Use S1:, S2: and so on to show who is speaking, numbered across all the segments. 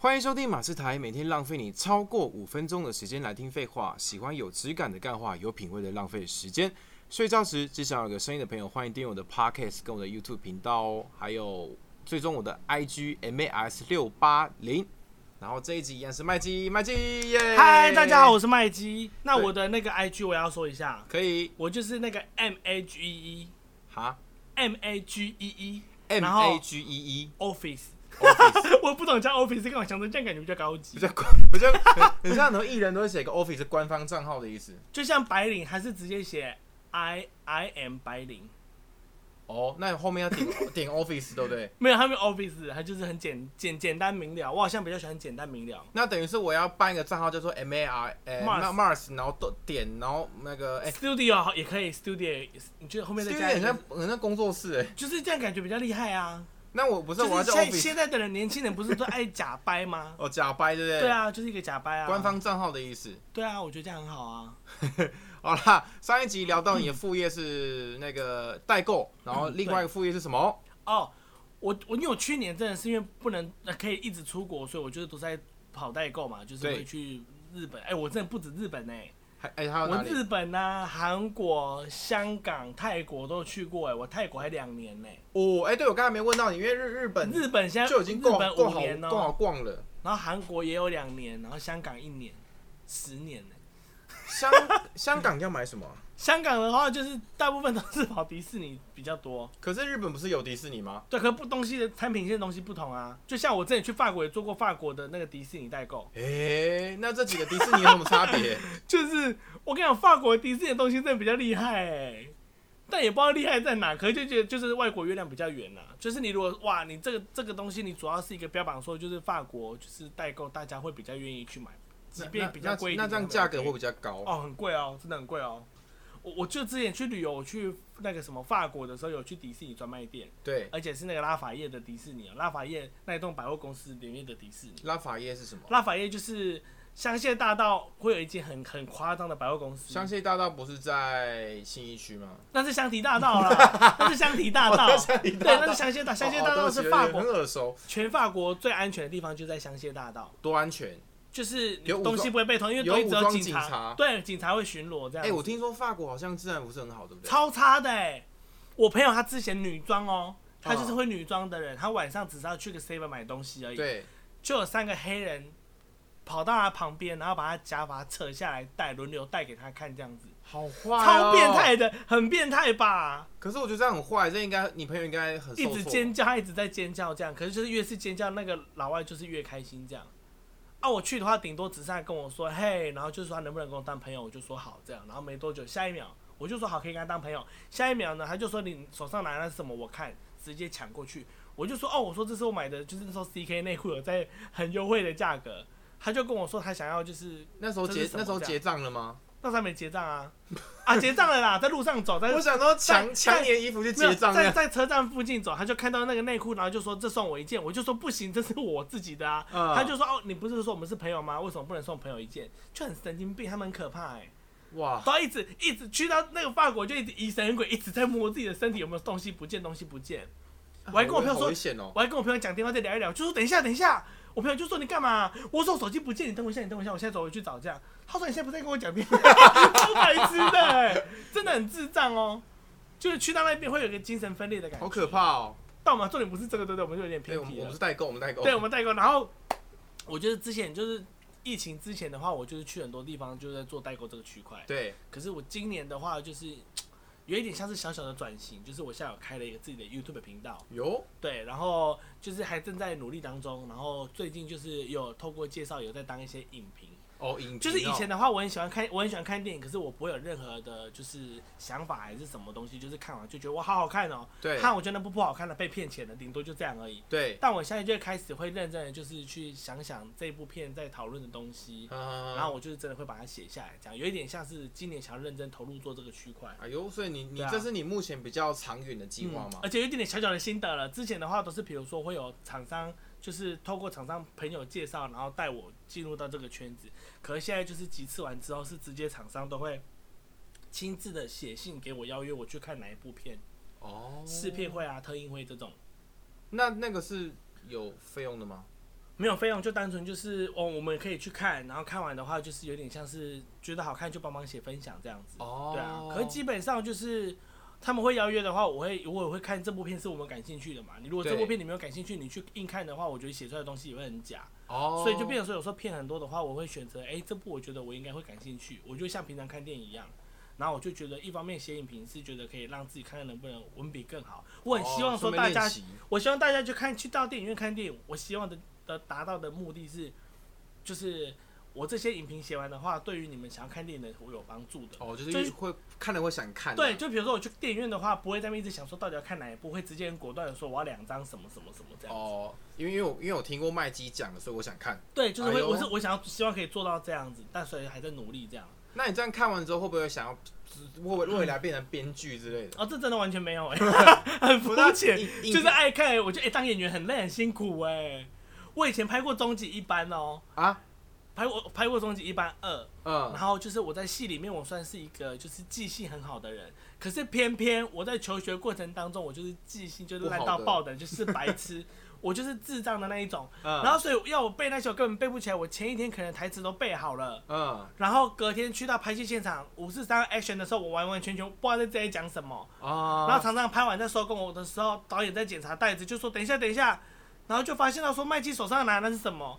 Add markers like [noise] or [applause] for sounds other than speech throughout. S1: 欢迎收听马斯台，每天浪费你超过五分钟的时间来听废话。喜欢有质感的干话，有品味的浪费时间。睡觉时只想有个声音的朋友，欢迎订阅我的 Podcast 跟我的 YouTube 频道哦，还有追踪我的 IG MAS 六八零。然后这一集一样是麦基，麦基耶！
S2: 嗨，大家好，，我是麦基。那我的那个 IG 我要说一下，
S1: 可以
S2: 我就是那个 M A G E
S1: 哈
S2: M A G E E
S1: M
S2: 然
S1: A
S2: 后
S1: G E E
S2: Office，
S1: Office
S2: [laughs] 我不懂叫 Office，跟我想成这样感觉比较高级
S1: 比，较官，比较很像很多艺人都会写个 Office 官方账号的意思。
S2: 就像白领，还是直接写 I I am 白领，
S1: 哦，那你后面要
S2: [laughs]
S1: 点点 Office 对不对？
S2: 没有他们 Office，它就是很简简简单明了。我好像比较喜欢简单明了。
S1: 那等于是我要办一个账号叫做 M A R 呃
S2: Mars
S1: Ma- Mars，然后都点，然后那个哎，
S2: Studio 好也可以，Studio 你觉得后面
S1: 这
S2: 再
S1: 有
S2: 加
S1: 点
S2: 一
S1: 像
S2: 个，
S1: 很像工作室哎。
S2: 就是这样感觉比较厉害啊。
S1: 那我不是
S2: 就
S1: 我要
S2: 是
S1: 叫
S2: 现
S1: Office？
S2: 现在的人，年轻人不是都爱假掰吗
S1: 哦，假掰 [laughs] 对不对？
S2: 对，啊，就是一个假掰啊。
S1: 官方账号的意思。 [laughs]
S2: 对啊，我觉得这样很好啊。
S1: 好啦，上一集聊到你的副业是那个代购，
S2: 嗯
S1: 然后另外一个副业是什么？
S2: 哦，我我因为我去年真的是因为不能呃可以一直出国，所以我就是都在跑代购嘛，就是
S1: 对
S2: 会去日本。哎、我真的不止日本呢、
S1: 还哎还有哪
S2: 我
S1: 里？
S2: 日本呐、韩国、香港、泰国都去过哎、我泰国还两年呢、
S1: 哦，哎，对我刚才没问到你，因为日日本
S2: 日本现在
S1: 就已经
S2: 日
S1: 够
S2: 本
S1: 够
S2: 五
S1: 好
S2: 年哦、
S1: 够好逛了。
S2: 然后韩国也有两年，然后香港一年，十年呢、
S1: 香香港要买什么啊？
S2: 香港的话就是大部分都是跑迪士尼比较多，
S1: 可是日本不是有迪士尼吗？
S2: 对，可不东西的产品线的东西不同啊。就像我之前去法国也做过法国的那个迪士尼代购，
S1: 哎、那这几个迪士尼有什么差别？
S2: 就是我跟你讲，法国迪士尼的东西真的比较厉害、欸，但也不知道厉害在哪，可是就觉得就是外国月亮比较圆呐、就是你如果哇，你这个这个东西，你主要是一个标榜说就是法国就是代购，大家会比较愿意去买，即便比较贵一
S1: 那那
S2: 点，
S1: 那这样价格会比较高。
S2: 哦很贵哦，真的很贵哦。我我就之前去旅游，我去那个什么法国的时候，有去迪士尼专卖店，
S1: 对，
S2: 而且是那个拉法叶的迪士尼、哦，拉法叶那一栋百货公司里面的迪士尼。
S1: 拉法叶是什么？
S2: 拉法叶就是香榭大道会有一间很很夸张的百货公司，
S1: 香榭大道不是在信义区吗？
S2: 那是香缇大
S1: [laughs]
S2: 道啦，那是香缇大道，
S1: 对，
S2: 对，那是香榭大香
S1: 哦
S2: 榭大道是法
S1: 很
S2: 国
S1: 耳熟，
S2: 全法国最安全的地方，就在香榭大道，
S1: 多安全。
S2: 就是你
S1: 有武装
S2: 东西不会被偷，因为
S1: 有
S2: 东西
S1: 武
S2: 只有
S1: 装
S2: 警
S1: 警察
S2: 对，警察会巡逻这
S1: 哎、
S2: 样子。
S1: 我听说法国好像治安不是很好，对不对？
S2: 超差的哎，我朋友他之前女装哦。他就是会女装的人，他晚上只是要去个 seven 买东西而已，
S1: 对，
S2: 就有三个黑人跑到他旁边，然后把他假发扯下来戴，轮流戴给他看，这样子，
S1: 好坏、哦，
S2: 超变。态的，很变态吧？
S1: 可是我觉得这样很坏，这应该你朋友应该很受
S2: 一
S1: 挫
S2: 直尖叫，他一直在尖叫，这样。可是就是越是尖叫，那个老外就是越开心这样。啊，我去的话，顶多只是他跟我说嘿，然后就说他能不能跟我当朋友，我就说好这样。然后没多久，下一秒我就说好，可以跟他当朋友。下一秒呢，他就说你手上拿的是什么？我看，直接抢过去。我就说哦，我说这是我买的，就是那时候 CK 内裤有在很优惠的价格。他就跟我说他想要就是
S1: 那时候
S2: 这
S1: 结
S2: 是什么
S1: 那时候
S2: 这样
S1: 结账了吗？
S2: 那时候还没结账啊，啊结账了啦，在路上走，在
S1: 我想说抢
S2: 在
S1: 抢你的衣服去
S2: 没有
S1: [laughs] 结账
S2: 在
S1: 啊。
S2: 在车站附近走，他就看到那个内裤，然后就说这送我一件，我就说不行，这是我自己的啊。
S1: 嗯
S2: 他就说哦，你不是说我们是朋友吗？为什么不能送朋友一件？就很神经病，他们很可怕哎、欸。
S1: 哇，
S2: 然后一直一直去到那个法国，就一直疑神疑鬼，一直在摸自己的身体有没有东西不见，东西不见。我还跟我朋友
S1: 好
S2: 说
S1: 危险哦。
S2: 我还跟我朋友讲电话再聊一聊，就说等一下，等一下。我朋友就说你干嘛？我说我手机不见，你等我一下，你等我一下，我现在走回去找这样。他说你现在不在跟我讲电话， [laughs] 超白痴的、欸，真的很智障哦。就是去到那边会有一个精神分裂的感觉，
S1: 好可。怕哦！
S2: 但我们重点不是这个，对不对？我们就有点
S1: 对，
S2: 偏
S1: 我们
S2: 题
S1: 我
S2: 了
S1: 们是。代购，我们代购。
S2: 对，我们代购。然后我就是之前就是疫情之前的话，我就是去很多地方就是在做代购这个区块。
S1: 对，
S2: 可是我今年的话，就是有一点像是小小的转型，就是我现在有开了一个自己的 YouTube 频道，
S1: 有
S2: 对，然后就是还正在努力当中。然后最近就是有透过介绍有在当一些影评，
S1: 哦，影
S2: 就是以前
S1: 的
S2: 的话，我很喜欢看，我很喜欢看电影，可是我不会有任何的就是想法还是什么东西，就是看完就觉得哇好好看哦，
S1: 对
S2: 看我觉得那部不好看了，被骗钱了，顶多就这样而已。
S1: 对，
S2: 但我现在就会开始会认真的，就是去想想这部片在讨论的东西，然
S1: 然
S2: 后我就是真的会把它写下来，这样有一点像是今年想要认真投入做这个区块。
S1: 哎呦，所以你你
S2: 对啊
S1: 这是你目前比较长远的计划吗
S2: 嗯而？且有一点点小小的心得了。之前的话都是，比如说会有厂商，就是透过厂商朋友介绍，然后带我进入到这个圈子。可是现在就是几次完之后，是直接厂商都会亲自的写信给我，邀约我去看哪一部片、
S1: 哦，
S2: 试片会啊、特映会这种。
S1: 那那个是有费用的吗？
S2: 没有费用，就单纯就是哦，我们可以去看，然后看完的话就是有点像是觉得好看就帮忙写分享这样子。
S1: 哦
S2: 对啊，可是基本上就是他们会邀约的话，我会我也会看这部片是我们感兴趣的嘛。你如果这
S1: 对
S2: 部片你没有感兴趣，你去硬看的话，我觉得写出来的东西也会很假。
S1: 哦，
S2: 所以就变成说，有时候片很多的话，我会选择，哎、这部我觉得我应该会感兴趣，我就像平常看电影一样。然后我就觉得，一方面写影评是觉得可以让自己看看能不能文笔更好。我很希望
S1: 哦
S2: 说
S1: 顺便
S2: 大家，
S1: 练习
S2: 我希望大家去看去到电影院看电影。我希望的的达到的目的是，就是我这些影评写完的话，对于你们想要看电影的我有帮助的。
S1: 哦，就
S2: 就是是
S1: 会看了会想看啊，
S2: 对，就比如说我去电影院的话，不会在那边一直想说到底要看哪一部，会直接很果断的说我要两张什么什么什么这样。
S1: 哦，因为因为我因为我听过麦基讲的，所以我想看。
S2: 对，就是会，
S1: 哎呦
S2: 我是我想要希望可以做到这样子，但所以还在努力这样。
S1: 那你这样看完之后，会不会想要，会不会未来变成编剧之
S2: [laughs]
S1: 类的？
S2: 哦，这真的完全没有哎、很肤浅
S1: 不是啊，你
S2: 就是爱看、欸。我觉得哎、欸当演员很累很辛苦哎、我以前拍过《终极一班》哦，
S1: 啊，
S2: 拍过拍过《终极一班二》，然
S1: 嗯，
S2: 后就是我在戏里面我算是一个就是记性很好的人，可是偏偏我在求学过程当中，我就是记性就是烂
S1: 不好
S2: 到
S1: 的
S2: 爆的，就是白痴， [laughs] 我就是智障的那一种。
S1: 嗯
S2: 然后所以要我背那些我根本背不起来，我前一天可能台词都背好了。
S1: 嗯，
S2: 然后隔天去到拍戏现场五四三 action 的时候，我完完全全不知道在这里讲什么，
S1: 啊，
S2: 然后常常拍完在收工我的时候，导演在检查袋子，就说等一下，等一下，然后就发现到说麦基手上拿的是什么，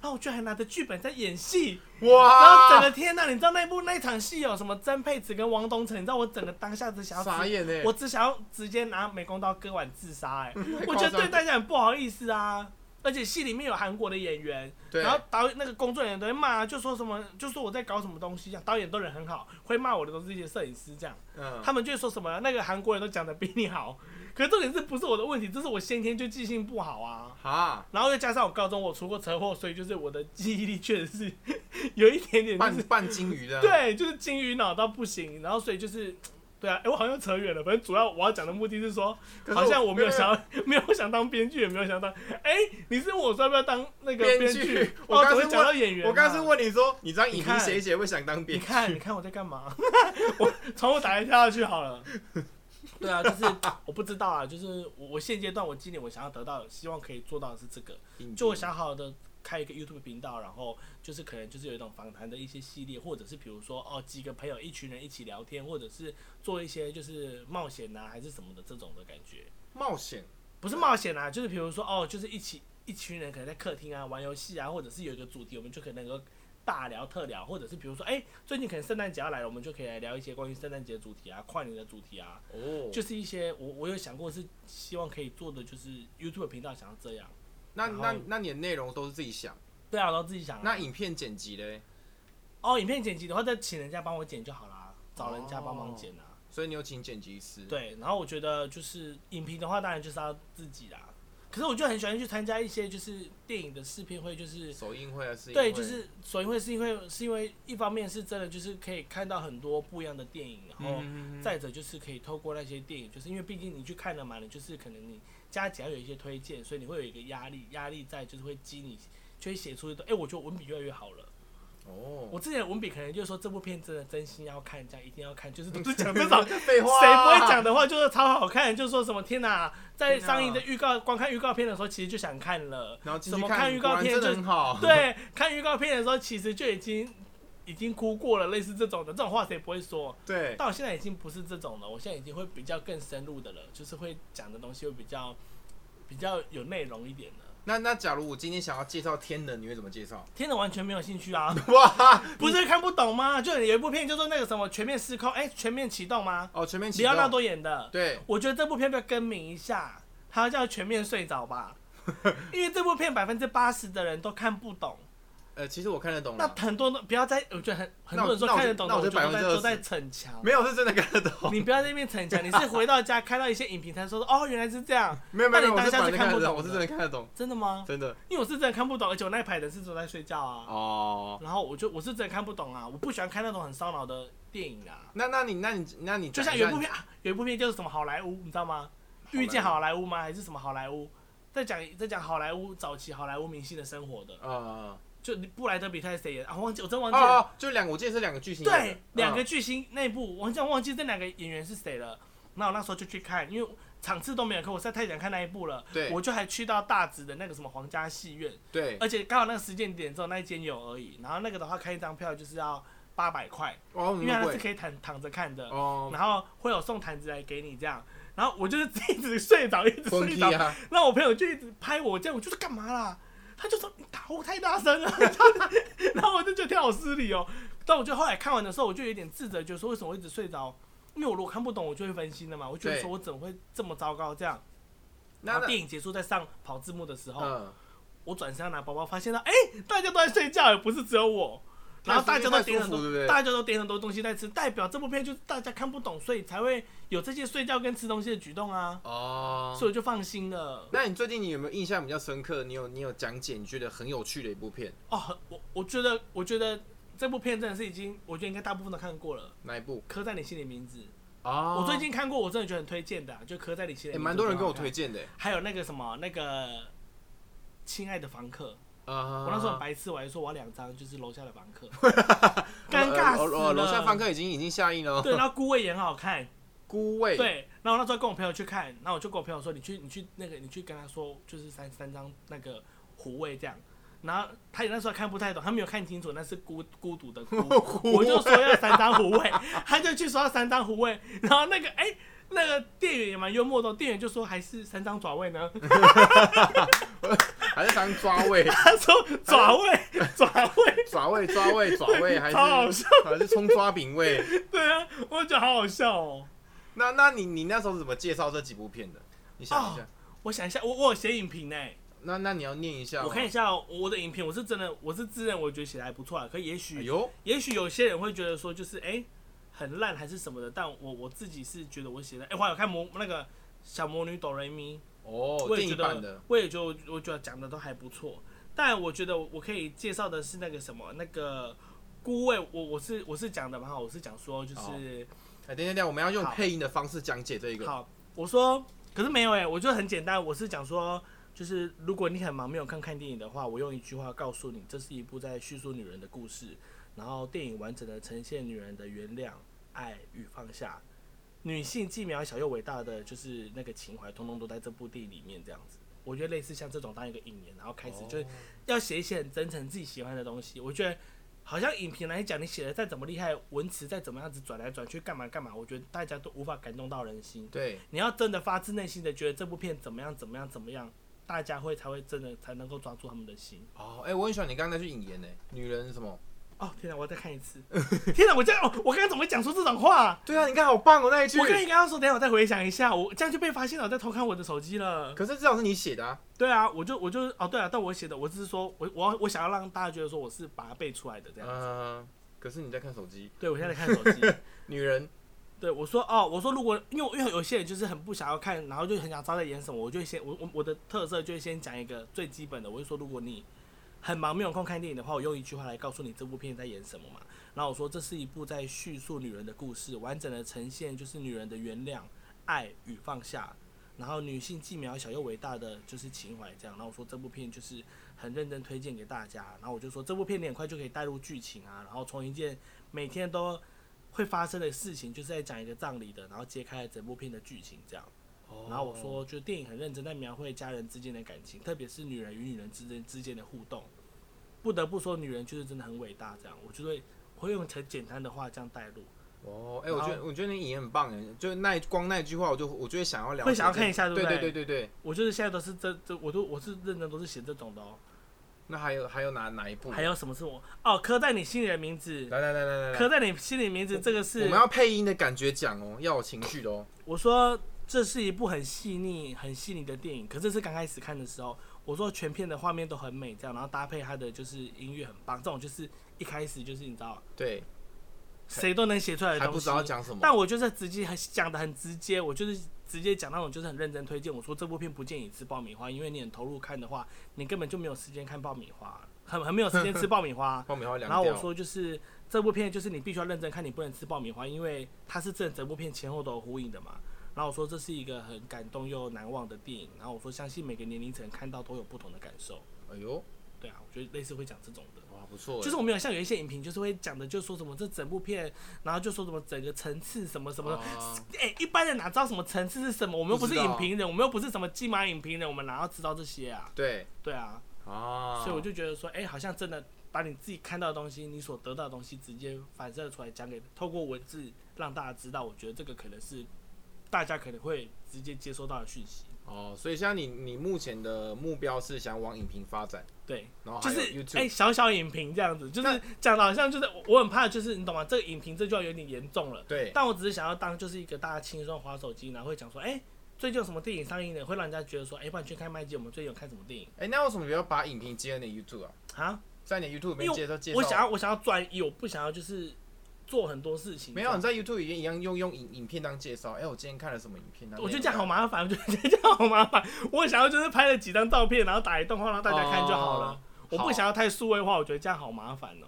S2: 然后我居然还拿着剧本在演戏，
S1: 啊
S2: 然后整个
S1: 哇，
S2: 天呐，你知道那部那一场戏有什么曾沛慈跟王东城，你知道我整个当下只想要
S1: 傻
S2: 直，
S1: 眼欸呢，
S2: 我只想要直接拿美工刀割腕自杀、哎，
S1: 夸
S2: 我觉得
S1: 张
S2: 对
S1: 了
S2: 大家很不好意思啊。而且戏里面有韩国的演员，
S1: 对
S2: 然后导演那个工作人员都会骂、啊，就说什么，就说我在搞什么东西这样。导演都人很好，会骂我的都是一些摄影师这样。
S1: 嗯，
S2: 他们就会说什么那个韩国人都讲的比你好，可是重点是不是我的问题，这是我先天就记性不好啊。
S1: 啊，
S2: 然后又加上我高中我出过车祸，所以就是我的记忆力确实是 [laughs] 有一点点就
S1: 半
S2: 是
S1: 半金鱼的，，
S2: 对，就是金鱼脑到不行。然后所以就是对啊，哎、我好像扯远了。反正主要我要讲的目的是说，
S1: 可是
S2: 好像我没有想 [laughs]
S1: 要
S2: 要没有想当编剧，也没有想当哎、你是问我说要不要当那个
S1: 编
S2: 编
S1: 剧
S2: 剧？ [laughs]
S1: 我
S2: 哦
S1: 刚
S2: 怎么
S1: 是
S2: 会讲
S1: 问
S2: 到演员啊、
S1: 我刚是问你说，你这样影
S2: 你
S1: 评
S2: 看
S1: 写一写会想当
S2: 你
S1: 编剧？
S2: 看，你看我在干嘛？ [laughs] 我从我打来跳下去好了。 [laughs] 对啊，就是我不知道啊，就是我我现阶段我今年我想要得到，希望可以做到的是这个，
S1: 影
S2: 就我
S1: 评
S2: 想好好的开一个 YouTube 频道，然后就是可能就是有一种访谈的一些系列，或者是比如说哦几个朋友一群人一起聊天，或者是做一些就是冒险啊还是什么的这种的感觉，
S1: 冒险，
S2: 不是冒险啊，就是比如说哦就是一起一群人可能在客厅啊玩游戏啊，或者是有一个主题，我们就可能能够大聊特聊，或者是比如说哎、最近可能圣诞节要来了，我们就可以来聊一些关于圣诞节的主题啊、跨年的主题啊，
S1: 哦，
S2: 就是一些我我有想过是希望可以做的就是 YouTube 频道想要这样。
S1: 那
S2: 然后
S1: 那那你的内容都是自己想，
S2: 对啊，我都自己想啊、
S1: 那影片剪辑嘞？
S2: 哦，影片剪辑的话，再请人家帮我剪就好啦，找人家帮忙剪啊。
S1: 所以你有请剪辑师？，
S2: 对，然后我觉得就是影评的话，当然就是要自己啦。可是我就很喜欢去参加一些就是电影的试片会，就是
S1: 首映会还是
S2: 对，就是首映会是因为是因为一方面是真的就是可以看到很多不一样的电影，
S1: 嗯
S2: 然后
S1: 在
S2: 再者就是可以透过那些电影，就是因为毕竟你去看了嘛，你就是可能你加起来有一些推荐，所以你会有一个压力，压力在就是会激你，就会写出一种哎、我觉得文笔越来越好了。
S1: 哦
S2: 我， [laughs] 之前的文笔可能就是说这部片真的真心要看，这样一定要看，就是都
S1: [laughs]
S2: 是讲这种谁
S1: 废
S2: 不
S1: 话，啊
S2: 会讲？的话，就是超好看，就说什么天哪，在
S1: 天哪
S2: 上映的预告，光看预告片的时候其实就想看了，
S1: 然后进
S2: 什
S1: 去
S2: 么看预
S1: 果
S2: 告
S1: 然
S2: 片
S1: 真的
S2: 就
S1: 很好， [laughs]
S2: [laughs] 对，看预告片的时候其实就已经已经哭过了，类似这种的，这种话谁不会说？
S1: 对，
S2: 但我现在已经不是这种了，我现在已经会比较更深入的了，就是会讲的东西会比较比较有内容一点的。
S1: 那那假如我今天想要介绍天能，你会怎么介绍？
S2: 天哪，完全没有兴趣
S1: [laughs]
S2: 啊！
S1: 哇，
S2: 不是看不懂吗？就有一部片叫做那个什么全面失控，哎、全面启动吗？
S1: 哦，全面启
S2: 里奥纳
S1: 动，
S2: 多演的。
S1: 对，
S2: 我觉得这部片要不要更名一下，它叫《全面睡着》
S1: [laughs]
S2: 吧，因为这部片百分之八十的人都看不懂。
S1: 呃，其实我看得懂
S2: 那
S1: 啦，
S2: 很多人不要再，我觉得很很
S1: 那我
S2: 多人说
S1: 那我就
S2: 看得懂
S1: 那
S2: 的，
S1: 我就
S2: 觉得都在
S1: 20%
S2: 都在逞强。
S1: 没有是真的看得懂，
S2: 你不要在那边逞强，你是回到家看到一些影评才说哦原来是这样，
S1: 没有没有，没有我
S2: 那
S1: 是
S2: 你当
S1: 真
S2: 下
S1: 的
S2: 是
S1: 看
S2: 看
S1: 得
S2: 不
S1: 懂，
S2: 懂
S1: 我是真的看得懂，
S2: 真的哦吗？
S1: 真的
S2: 因为我是真的看不懂，而且我那一排人是都在睡觉啊，
S1: 哦。
S2: 然后我就我是真的看不懂啊，我不喜欢看那种很烧脑的电影啊。
S1: 那那你那你那你
S2: 就
S1: 讲
S2: 像
S1: 一
S2: 有
S1: 下
S2: 一部
S1: 你
S2: 片，啊有一部片就是什么好莱坞，你知道吗？
S1: 莱坞
S2: 遇见好莱坞吗？还是什么好莱坞？在讲在讲好莱坞早期好莱坞明星的生活的，
S1: 呃
S2: 就布莱德比特是谁演啊？我忘记，我真
S1: 哦
S2: 忘记了。
S1: 哦，就两个我记得是两个剧情演的，
S2: 对，两个
S1: 嗯
S2: 巨星那一部，我真忘记这两个演员是谁了。那我那时候就去看，因为场次都没有，可我实在太想看那一部了，
S1: 对
S2: 我就还去到大直的那个什么皇家戏院，
S1: 对，
S2: 而且刚好那个时间点之后那一间有而已，然后那个的话开一张票就是要八百块，
S1: 哦，
S2: 因为它是可以躺躺着看的，
S1: 哦，
S2: 然后会有送毯子来给你这样，然后我就是一直睡着，一直
S1: 昏
S2: 睡
S1: 踢
S2: 着，
S1: 啊，
S2: 那我朋友就一直拍我，这样我就是干嘛啦？他就说你打呼太大声了，就是然后我就觉得挺好失礼哦。但我就后来看完的时候，我就有点自责，就说为什么我一直睡着？因为我如果看不懂，我就会分心的嘛。我觉得
S1: 对
S2: 说我怎么会这么糟糕这样？
S1: 那
S2: 然
S1: 那
S2: 后电影结束在上跑字幕的时候，
S1: 嗯，
S2: 我转身要拿包包，发现到哎、大家都在睡觉，也不是只有我。然后大家都点很
S1: 太舒服对不对
S2: 多，大家都点很多东西在吃，代表这部片就是大家看不懂，所以才会有这些睡觉跟吃东西的举动啊，所
S1: 哦。
S2: 以我就放心了。
S1: 那你最近你有没有印象比较深刻？你有你有讲解你觉得很有趣的一部片，
S2: 哦，很我我觉得，我觉得这部片真的是已经，我觉得应该大部分都看过了，
S1: 哪一部？
S2: 《刻在你心里的名字》
S1: 哦
S2: 我最近看过，我真的觉得很推荐的啊、就《刻在你心里
S1: 也
S2: 的
S1: 哎
S2: 名字》
S1: 蛮多人
S2: 很
S1: 跟
S2: 好
S1: 我
S2: 看
S1: 推，荐的，
S2: 还有那个什么那个《亲爱的房客》
S1: 啊，
S2: 我那时候很白痴，我还说我要两张，就是楼下
S1: [laughs]
S2: 的房客，
S1: 呃
S2: 尴尬
S1: 楼
S2: 死
S1: 楼
S2: 了。
S1: 哦呃楼下放客已经已经下映了，
S2: 对，然后孤味也很好看，
S1: 孤味，，
S2: 对，然后那时候跟我朋友去看，然后我就跟我朋友说，你去你去那个你去跟他说，就是三三张那个虎位这样。然后他那时候看不太懂，他没有看清楚那是孤孤独 [laughs] 的孤
S1: 虎
S2: 我就说要三张虎位，他就去说要三张虎位，然后那个哎、那个店员也蛮幽默的哦，店员就说还是三张爪位呢， [laughs]
S1: 还是当抓位，
S2: 他说爪 [laughs] 位爪位，
S1: 抓位抓位抓位，还
S2: 超好
S1: 是
S2: 笑
S1: 还是葱抓饼味。
S2: 对啊，我觉得好好笑哦。
S1: 那那你你那时候是怎么介绍这几部片的？你想一下，
S2: 我想一下，我我有写影评呢、欸
S1: 那那你要念一下吗，
S2: 我看一下哦我的影评，我是真的，我是自认我觉得写的还不错啊，可也
S1: 哎
S2: 许
S1: 呦，
S2: 也许有些人会觉得说，就是哎、诶很烂还是什么的，但我我自己是觉得我写的，哎、我还有看魔那个小魔女哆瑞咪，
S1: 哦，
S2: 我
S1: 电
S2: 也觉
S1: 影版的
S2: 得，我也觉得我我觉得讲的都还不错，但我觉得我我可以介绍的是那个什么那个孤味，我我是我是讲的蛮好，我是讲说就
S1: 好
S2: 是
S1: 哎，等一下等一下，我们要用
S2: 好
S1: 配音的方式讲解这一个。
S2: 好，我说可是没有哎、我就很简单，我是讲说。就是如果你很忙没有看看电影的话，我用一句话告诉你，这是一部在叙述女人的故事，然后电影完整的呈现女人的原谅、爱与放下，女性既渺小又伟大的就是那个情怀，通通都在这部电影里面这样子。我觉得类似像这种当一个引言，然后
S1: 哦
S2: 开始就是要写一些很真诚自己喜欢的东西。我觉得好像影评来讲，你写的再怎么厉害，文词再怎么样子转来转去，干嘛干嘛，我觉得大家都无法感动到人心。
S1: 对，
S2: 你要真的发自内心的觉得这部片怎么样怎么样怎么样，大家会才会真的才能够抓住他们的心。
S1: 哦，哎，我很喜欢你刚刚那句引言呢，女人什么？
S2: 哦，天哪，我要再看一 [laughs] 次。天哪，我这样，哦我刚刚怎么会讲出这种话、
S1: 对啊，你看好棒哦那一句
S2: 我。跟你刚刚说，等一下我再回想一下，我这样就被发现了，我在偷看我的手机了。
S1: 可是至少是你写的啊，
S2: 对啊，我就我就哦，对啊，但我写的，我只是说我我要我想要让大家觉得说我是把它背出来的这样。
S1: 嗯，可是你在看手机，
S2: 对，我现在在看手机。
S1: 女人
S2: 对，我说哦，我说如果因为我因为有些人就是很不想要看，然后就很想知道在演什么，我就会先我我我的特色就会先讲一个最基本的，我就说如果你很忙没有空看电影的话，我用一句话来告诉你这部片在演什么嘛。然后我说这是一部在叙述女人的故事，完整的呈现就是女人的原谅、爱与放下，然后女性既渺小又伟大的就是情怀这样。然后我说这部片就是很认真推荐给大家。然后我就说这部片你很快就可以带入剧情啊，然后从一件每天都会发生的事情，就是在讲一个葬礼的，然后揭开了整部片的剧情这样。哦然后我
S1: 哦
S2: 说，就是电影很认真在描绘家人之间的感情，特别是女人与女人之间之间的互动。不得不说，女人就是真的很伟大。这样，我就会我会用很简单的话这样带入，
S1: 哦，哎，我觉得我觉得你引言很棒哎，就那一光那一句话，我就我就会想要聊，
S2: 会想要看一下
S1: 对
S2: 对不
S1: 对
S2: 对
S1: 对对对。
S2: 我就是现在都是这这，我都我是认真都是写这种的哦。
S1: 那还有还有哪哪一部？
S2: 还有什么是我哦？刻在你心里的名字，
S1: 嗯来来来来来
S2: 刻
S1: 来，
S2: 在你心里的名字，这个
S1: 我
S2: 是
S1: 们要配音的感觉讲哦，要有情绪的哦。
S2: 我说这是一部很细腻、很细腻的电影，可这是刚开始看的时候，我说全片的画面都很美，这样，然后搭配它的就是音乐很棒，这种就是一开始就是你知道
S1: 对，
S2: 谁都能写出来的
S1: 还
S2: 东西，
S1: 不知道讲什么。
S2: 但我就是直接很讲的很直接，我就是直接讲那种就是很认真推荐。我说这部片不建议吃爆米花，因为你很投入看的话，你根本就没有时间看爆米花，很很没有时间吃爆米花。
S1: 爆米花凉
S2: 然后
S1: 掉
S2: 我说就是这部片就是你必须要认真看，你不能吃爆米花，因为它是这整部片前后都有呼应的嘛。然后我说这是一个很感动又难忘的电影。然后我说相信每个年龄层看到都有不同的感受。
S1: 哎呦，
S2: 对啊，我觉得类似会讲这种的。
S1: 哇，不错欸，
S2: 就是我们有像有一些影评，就是会讲的，就说什么这整部片，然后就说什么整个层次什么什么的。
S1: 啊
S2: 哎、一般人哪知道什么层次是什么？我们又不是
S1: 不知道
S2: 影评人，我们又不是什么金马影评人，我们哪要知道这些啊？
S1: 对
S2: 对啊，
S1: 啊，
S2: 所以我就觉得说，哎、好像真的把你自己看到的东西，你所得到的东西，直接反射出来，讲给透过文字让大家知道。我觉得这个可能是大家可能会直接接收到的讯息。
S1: 哦，所以像你你目前的目标是想往影评发展，
S2: 对，
S1: 然后
S2: 就
S1: 哦还有
S2: 是
S1: YouTube，
S2: 哎、小小影评这样子，就是讲的好像就是我很怕，就是你懂吗？这个影评这句话有点严重了，
S1: 对，
S2: 但我只是想要当就是一个大家轻松划手机，然后会讲说，哎、最近有什么电影上映的，会让人家觉得说，哎、不然去看麦基，我们最近有看什么电影
S1: 哎、那为什么不要把影评结合你的 YouTube 啊？
S2: 啊？
S1: 在你的 YouTube 里面
S2: 因为
S1: 介绍介绍，
S2: 我想要我想要专一，我不想要就是做很多事情。
S1: 没有你啊在 YouTube 也一样用用影影片当介绍。哎、我今天看了什么影片？
S2: 我
S1: 就
S2: 觉得这样好麻烦，我觉得这样好麻烦。我想要就是拍了几张照片，然后打一段话让大家看就好
S1: 哦
S2: 了。我不想要太数位化，我觉得这样好麻烦哦、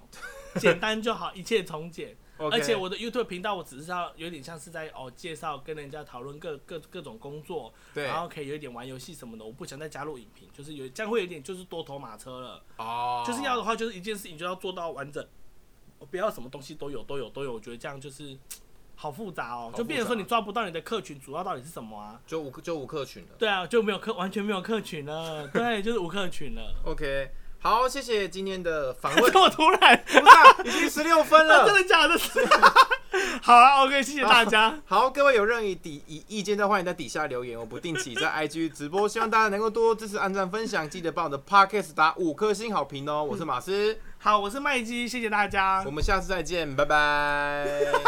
S1: [laughs]
S2: 简单就好，一切从简。
S1: o k
S2: 而且我的 YouTube 频道，我只是要有点像是在哦介绍跟人家讨论各各各种工作，
S1: 对
S2: 然后可以有一点玩游戏什么的。我不想再加入影评，就是有这样会有点就是多头马车了。
S1: 哦，
S2: 就是要的话，就是一件事情就要做到完整，我不要什么东西都有都有都有。我觉得这样就是好复杂哦、
S1: 好
S2: 就变成说
S1: 复杂
S2: 你抓不到你的客群主要到底是什么啊？
S1: 就无就无客群了。
S2: 对啊，就没有客，完全没有客群 [laughs] 了。对，就是无客群了。
S1: OK，好，谢谢今天的访问
S2: [laughs] 这。么突然，
S1: 不是、啊，已经十六分
S2: [laughs] 啊、真
S1: 了。
S2: 的假的？好啊，OK，谢谢大家。
S1: 好，各位有任意底意意见的，欢迎在底下留言。我不定期在 IG 直播，希望大家能够多多支持、按赞、分享，记得帮我的 Podcast 打五颗星好评哦。我是马斯，
S2: 嗯好，我是麦基，谢谢大家
S1: 我。们下次再见，拜拜。